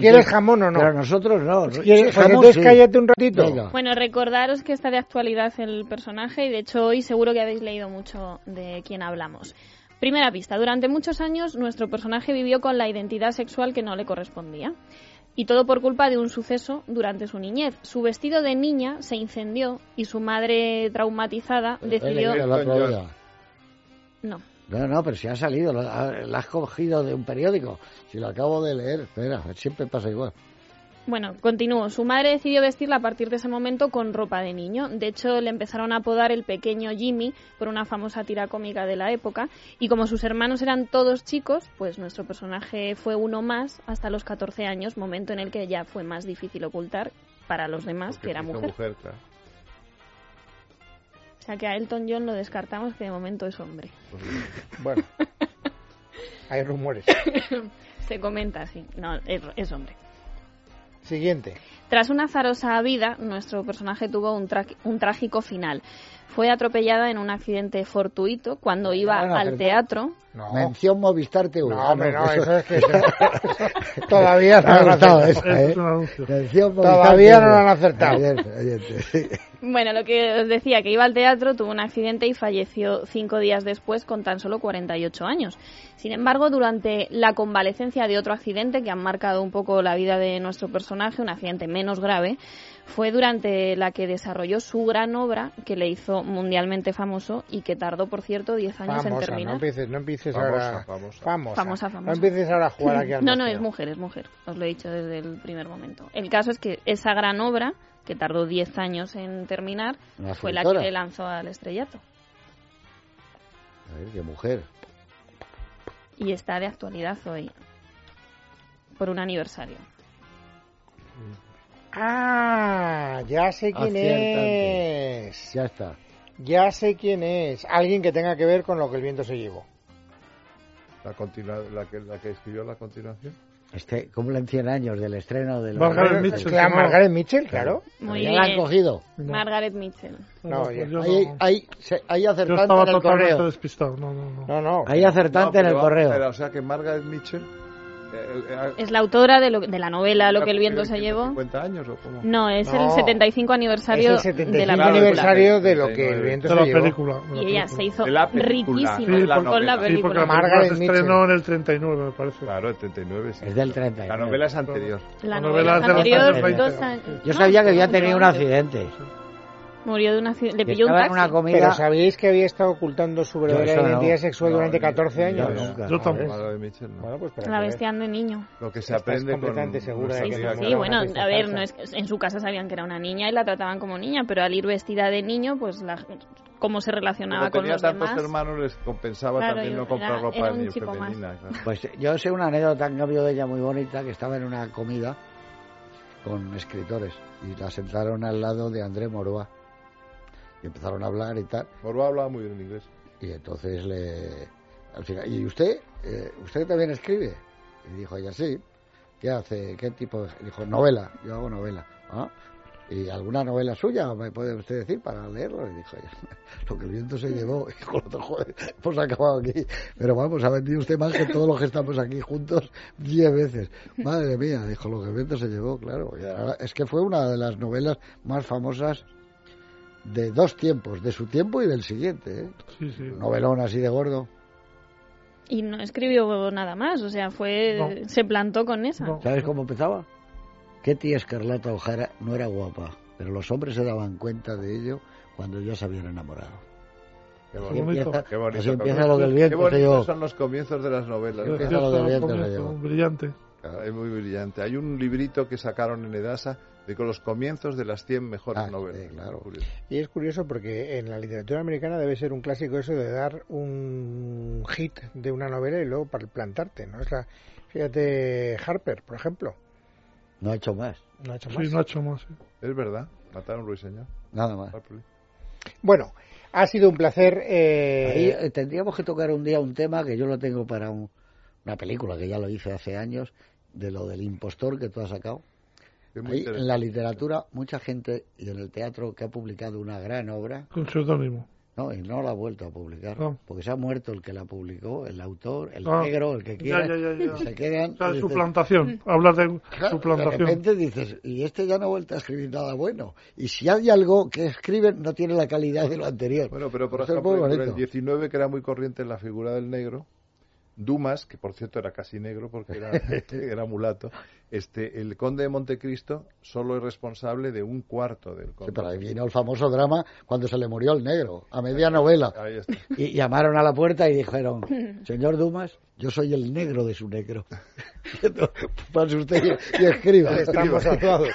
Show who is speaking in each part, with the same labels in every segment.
Speaker 1: ¿Quieres jamón o no?
Speaker 2: Pero nosotros no.
Speaker 1: ¿Quieres
Speaker 2: Jamón,
Speaker 1: jamón? Entonces
Speaker 2: sí.
Speaker 1: cállate un ratito.
Speaker 2: Venga.
Speaker 3: Bueno, recordaros que está de actualidad el personaje y de hecho hoy seguro que habéis leído mucho de quién hablamos. Primera pista, durante muchos años nuestro personaje vivió con la identidad sexual que no le correspondía. Y todo por culpa de un suceso durante su niñez. Su vestido de niña se incendió y su madre traumatizada
Speaker 2: Venga,
Speaker 3: decidió...
Speaker 2: el otro día.
Speaker 3: No.
Speaker 2: No, no, pero si ha salido, lo- ah, la has cogido de un periódico. Si lo acabo de leer, espera, siempre pasa igual.
Speaker 3: Bueno, continúo. Su madre decidió vestirla a partir de ese momento con ropa de niño. De hecho, le empezaron a apodar el pequeño Jimmy por una famosa tira cómica de la época. Y como sus hermanos eran todos chicos, pues nuestro personaje fue uno más hasta los 14 años, momento en el que ya fue más difícil ocultar para los demás que era
Speaker 4: Porque
Speaker 3: mujer.
Speaker 4: mujer claro.
Speaker 3: O sea que a Elton John lo descartamos, que de momento es hombre.
Speaker 1: Bueno, hay rumores.
Speaker 3: Se comenta así. No, es- es hombre.
Speaker 1: Siguiente.
Speaker 3: Tras una azarosa vida, nuestro personaje tuvo un, tra- un trágico final. Fue atropellada en un accidente fortuito cuando iba
Speaker 2: Bueno,
Speaker 3: al
Speaker 2: pero-
Speaker 3: teatro.
Speaker 1: No,
Speaker 2: Mención Movistar TV.
Speaker 1: no
Speaker 2: Ah,
Speaker 1: hombre, no,
Speaker 2: eso-
Speaker 1: eso es que todavía no
Speaker 2: Me ha
Speaker 1: lo han
Speaker 2: gustado
Speaker 1: aceptado.
Speaker 2: esa, ¿eh?
Speaker 5: Es un anuncio.
Speaker 2: Mención Movistar
Speaker 1: Todavía
Speaker 2: TV.
Speaker 1: no lo han acertado.
Speaker 2: Ayer, ayer, sí.
Speaker 3: Bueno, lo que os decía, que iba al teatro, tuvo un accidente y falleció cinco días después con tan solo 48 años. Sin embargo, durante la convalecencia de otro accidente que han marcado un poco la vida de nuestro personaje, un accidente menos grave, fue durante la que desarrolló su gran obra que le hizo mundialmente famoso y que tardó, por cierto, 10 años en
Speaker 1: Famosa, no
Speaker 3: terminar.
Speaker 1: empieces, no empieces
Speaker 4: Famosa,
Speaker 1: ahora.
Speaker 4: famosa.
Speaker 3: Famosa, famosa.
Speaker 1: No empieces ahora a jugar aquí al
Speaker 3: No, no,
Speaker 1: museo.
Speaker 3: es mujer, es mujer. Os lo he dicho desde el primer momento. El caso es que esa gran obra, que tardó 10 años en terminar,
Speaker 2: Una
Speaker 3: fue la que
Speaker 2: escritora.
Speaker 3: le lanzó al estrellato.
Speaker 2: A ver, qué mujer.
Speaker 3: Y está de actualidad hoy, por un aniversario.
Speaker 1: Ah, ya sé quién
Speaker 2: Aciertante.
Speaker 1: es.
Speaker 2: Ya está.
Speaker 1: Ya sé quién es. Alguien que tenga que ver con lo que el viento se llevó.
Speaker 4: La, continua- la, que, la que escribió la continuación.
Speaker 2: Este, cumplen 100 años del estreno de la...
Speaker 5: Margaret
Speaker 2: Pero
Speaker 5: Mitchell.
Speaker 1: La
Speaker 5: ¿no?
Speaker 1: Margaret Mitchell, claro.
Speaker 3: Muy
Speaker 2: ya
Speaker 3: bien.
Speaker 2: la han cogido.
Speaker 5: No,
Speaker 3: Margaret Mitchell.
Speaker 1: No,
Speaker 5: pues
Speaker 1: ya.
Speaker 5: yo
Speaker 2: Ahí,
Speaker 5: no.
Speaker 2: ahí, se- ahí
Speaker 5: Yo
Speaker 2: acertante
Speaker 5: estaba
Speaker 2: en el
Speaker 5: totalmente
Speaker 2: correo.
Speaker 5: despistado. No, no, no.
Speaker 1: No, no.
Speaker 2: Ahí acertante
Speaker 4: No,
Speaker 2: en el
Speaker 4: pero-
Speaker 2: correo.
Speaker 4: pero, o sea que Margaret Mitchell. eh, eh,
Speaker 3: Es la autora de, lo- de la novela Lo
Speaker 4: ¿la
Speaker 3: que el viento
Speaker 4: cumplió
Speaker 3: se
Speaker 4: en
Speaker 3: llevó.
Speaker 4: 50 años o cómo?
Speaker 3: No, es
Speaker 1: No.
Speaker 3: el 75
Speaker 1: Es
Speaker 3: aniversario
Speaker 1: el 75
Speaker 3: de la película.
Speaker 1: aniversario de lo que el
Speaker 4: 39.
Speaker 1: viento se
Speaker 5: De la
Speaker 1: llevó.
Speaker 5: película.
Speaker 3: Y
Speaker 5: de la
Speaker 3: ella
Speaker 5: película.
Speaker 3: se hizo
Speaker 4: De la película,
Speaker 3: riquísima
Speaker 4: no de la
Speaker 3: con la
Speaker 4: novela.
Speaker 5: Sí,
Speaker 3: película.
Speaker 5: porque la película
Speaker 1: Margaret
Speaker 5: se
Speaker 1: Mitchell.
Speaker 5: estrenó en el 39, me parece.
Speaker 4: Claro, el 39. sí.
Speaker 2: Es del 39.
Speaker 4: La novela es anterior.
Speaker 3: La novela
Speaker 5: La novela
Speaker 2: de los
Speaker 3: anterior,
Speaker 2: años
Speaker 3: dos
Speaker 5: 20.
Speaker 3: años.
Speaker 2: Yo
Speaker 3: no,
Speaker 2: sabía que había
Speaker 3: mucho
Speaker 2: tenido un
Speaker 3: antes.
Speaker 2: accidente.
Speaker 3: Murió de un accidente. Le
Speaker 2: Que
Speaker 3: pilló un
Speaker 2: estaba
Speaker 3: taxi.
Speaker 2: en una comida...
Speaker 1: Pero ¿sabíais que había estado ocultando su verdadera
Speaker 2: eso no.
Speaker 1: identidad sexual
Speaker 4: No,
Speaker 1: durante
Speaker 4: ni-
Speaker 1: 14
Speaker 4: ni
Speaker 1: años?
Speaker 2: yo nunca.
Speaker 5: Yo tampoco.
Speaker 4: Margaret Mitchell, no.
Speaker 1: Bueno, pues para
Speaker 3: La
Speaker 1: que
Speaker 3: vestían de niño.
Speaker 4: Lo que se
Speaker 1: Estás
Speaker 4: aprende con...
Speaker 1: completamente segura de
Speaker 4: nuestra
Speaker 1: que
Speaker 4: amiga
Speaker 1: no
Speaker 3: Sí,
Speaker 1: era
Speaker 3: bueno,
Speaker 1: una
Speaker 3: a
Speaker 1: pista
Speaker 3: ver,
Speaker 1: falsa.
Speaker 3: no es que en su casa sabían que era una niña y la trataban como niña, pero al ir vestida de niño, pues la, cómo se relacionaba
Speaker 4: Como
Speaker 3: con
Speaker 4: tenía
Speaker 3: los
Speaker 4: tantos
Speaker 3: demás.
Speaker 4: hermanos, les compensaba
Speaker 3: Claro,
Speaker 4: también
Speaker 3: yo-
Speaker 4: no comprar
Speaker 3: era-
Speaker 4: ropa
Speaker 3: era un
Speaker 4: ni
Speaker 3: chico más.
Speaker 4: femenina. claro.
Speaker 2: Pues yo sé una anécdota en cambio de ella muy bonita, que estaba en una comida con escritores y la sentaron al lado de André Moroa y empezaron a hablar y tal
Speaker 4: Morbo hablaba muy bien inglés.
Speaker 2: y entonces le al final y usted Eh, usted también escribe y dijo ella sí qué hace qué tipo de... dijo novela yo hago novela "Ah, y alguna novela suya me puede usted decir para leerlo y dijo ella lo que el viento se llevó y con otro joder hemos acabado aquí pero vamos ha vendido usted más que todos los que estamos aquí juntos diez veces madre mía dijo lo que el viento se llevó claro Y ahora- es que fue una de las novelas más famosas de dos tiempos de su tiempo y del siguiente ¿eh?
Speaker 5: Sí, sí.
Speaker 2: novelón así de gordo.
Speaker 3: Y no escribió nada más, o sea, fue
Speaker 5: No.
Speaker 3: se plantó con esa.
Speaker 5: No.
Speaker 2: ¿Sabes cómo empezaba? Que tía Escarlata O'Hara no era guapa, pero los hombres se daban cuenta de ello cuando ya se habían enamorado.
Speaker 4: Qué
Speaker 2: Así
Speaker 4: bonito.
Speaker 5: bonito.
Speaker 2: empieza,
Speaker 4: Qué bonito.
Speaker 2: así pues empieza lo que el viento se
Speaker 4: Qué
Speaker 2: llevó.
Speaker 4: bonitos son los comienzos de las
Speaker 2: Yo-
Speaker 4: novelas. ¿no?
Speaker 2: Empieza lo del
Speaker 5: Precioso,
Speaker 2: viento,
Speaker 5: comienzo,
Speaker 2: se llevó.
Speaker 5: brillante.
Speaker 4: Ah, Es muy brillante. Hay un librito que sacaron en Edasa de con los comienzos de las 100 mejores
Speaker 2: Ah,
Speaker 4: novelas.
Speaker 2: sí, claro.
Speaker 4: Curioso.
Speaker 1: Y es curioso porque en la literatura americana debe ser un clásico eso de dar un hit de una novela y luego para plantarte, ¿no? Es la, fíjate, Harper, por ejemplo,
Speaker 2: No ha hecho más,
Speaker 1: no ha hecho más.
Speaker 5: Sí, no ha hecho más. sí.
Speaker 4: Es verdad. Mataron a un ruiseñor.
Speaker 2: nada más.
Speaker 1: Bueno, ha sido un placer. eh,
Speaker 2: Ahí, eh, tendríamos que tocar un día un tema que yo lo tengo para un- una película que ya lo hice hace años, de lo del impostor que tú has sacado.
Speaker 4: Es muy
Speaker 2: Ahí, en
Speaker 4: interesante.
Speaker 2: la literatura, mucha gente y en el teatro que ha publicado una gran obra
Speaker 5: Con seudónimo.
Speaker 2: No, y no la ha vuelto a publicar,
Speaker 5: No.
Speaker 2: porque se ha muerto el que la publicó, el autor, el
Speaker 5: Ah.
Speaker 2: negro, el que
Speaker 5: Ya,
Speaker 2: quiera.
Speaker 5: ya, ya, ya.
Speaker 2: y Se quedan.
Speaker 5: O sea,
Speaker 2: dices,
Speaker 5: suplantación.
Speaker 3: Mm.
Speaker 5: Hablar de
Speaker 2: claro, de
Speaker 5: suplantación.
Speaker 2: repente dices, y este ya no ha vuelto a escribir nada bueno. Y si hay algo que escriben, no tiene la calidad de lo anterior.
Speaker 4: Bueno, pero por
Speaker 2: Eso es
Speaker 4: ejemplo,
Speaker 2: muy
Speaker 4: en el
Speaker 2: bonito.
Speaker 4: 19, que era muy corriente en la figura del negro, Dumas, que por cierto era casi negro porque era, era mulato, este, el conde de Montecristo solo es responsable de un cuarto del
Speaker 2: Sí,
Speaker 4: conde.
Speaker 2: pero ahí vino el famoso drama cuando se le murió el negro, a media novela.
Speaker 4: Ahí está.
Speaker 2: Y llamaron a la puerta y dijeron, señor Dumas, yo soy el negro de su negro. Y entonces, Pase usted y, y escriba.
Speaker 1: Estamos salvados.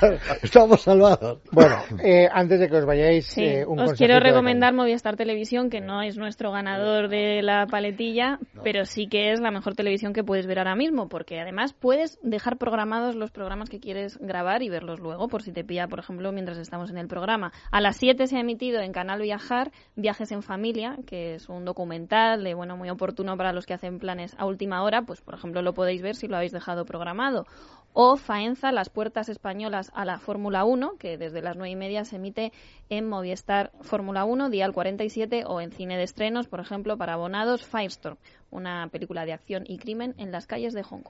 Speaker 2: Estamos salvados.
Speaker 1: Bueno, eh, antes de que os vayáis,
Speaker 3: Sí,
Speaker 1: eh, un
Speaker 3: os
Speaker 1: consejito
Speaker 3: quiero
Speaker 1: de
Speaker 3: recomendar Movistar Televisión, que no es nuestro ganador de la paletilla, pero sí que es la mejor televisión que puedes ver ahora mismo, porque además puedes dejar programados los programas que quieres grabar y verlos luego, por si te pilla, por ejemplo, mientras estamos en el programa. A las 7 se ha emitido en Canal Viajar Viajes en Familia, que es un documental de, bueno, muy oportuno para los que hacen planes a última hora, pues por ejemplo lo podéis ver si lo habéis dejado programado. O Faenza, las puertas españolas a la Fórmula 1, que desde las nueve y media se emite en Movistar Fórmula 1, Dial 47 o en cine de estrenos, por ejemplo, para abonados, Firestorm, una película de acción y crimen en las calles de Hong Kong.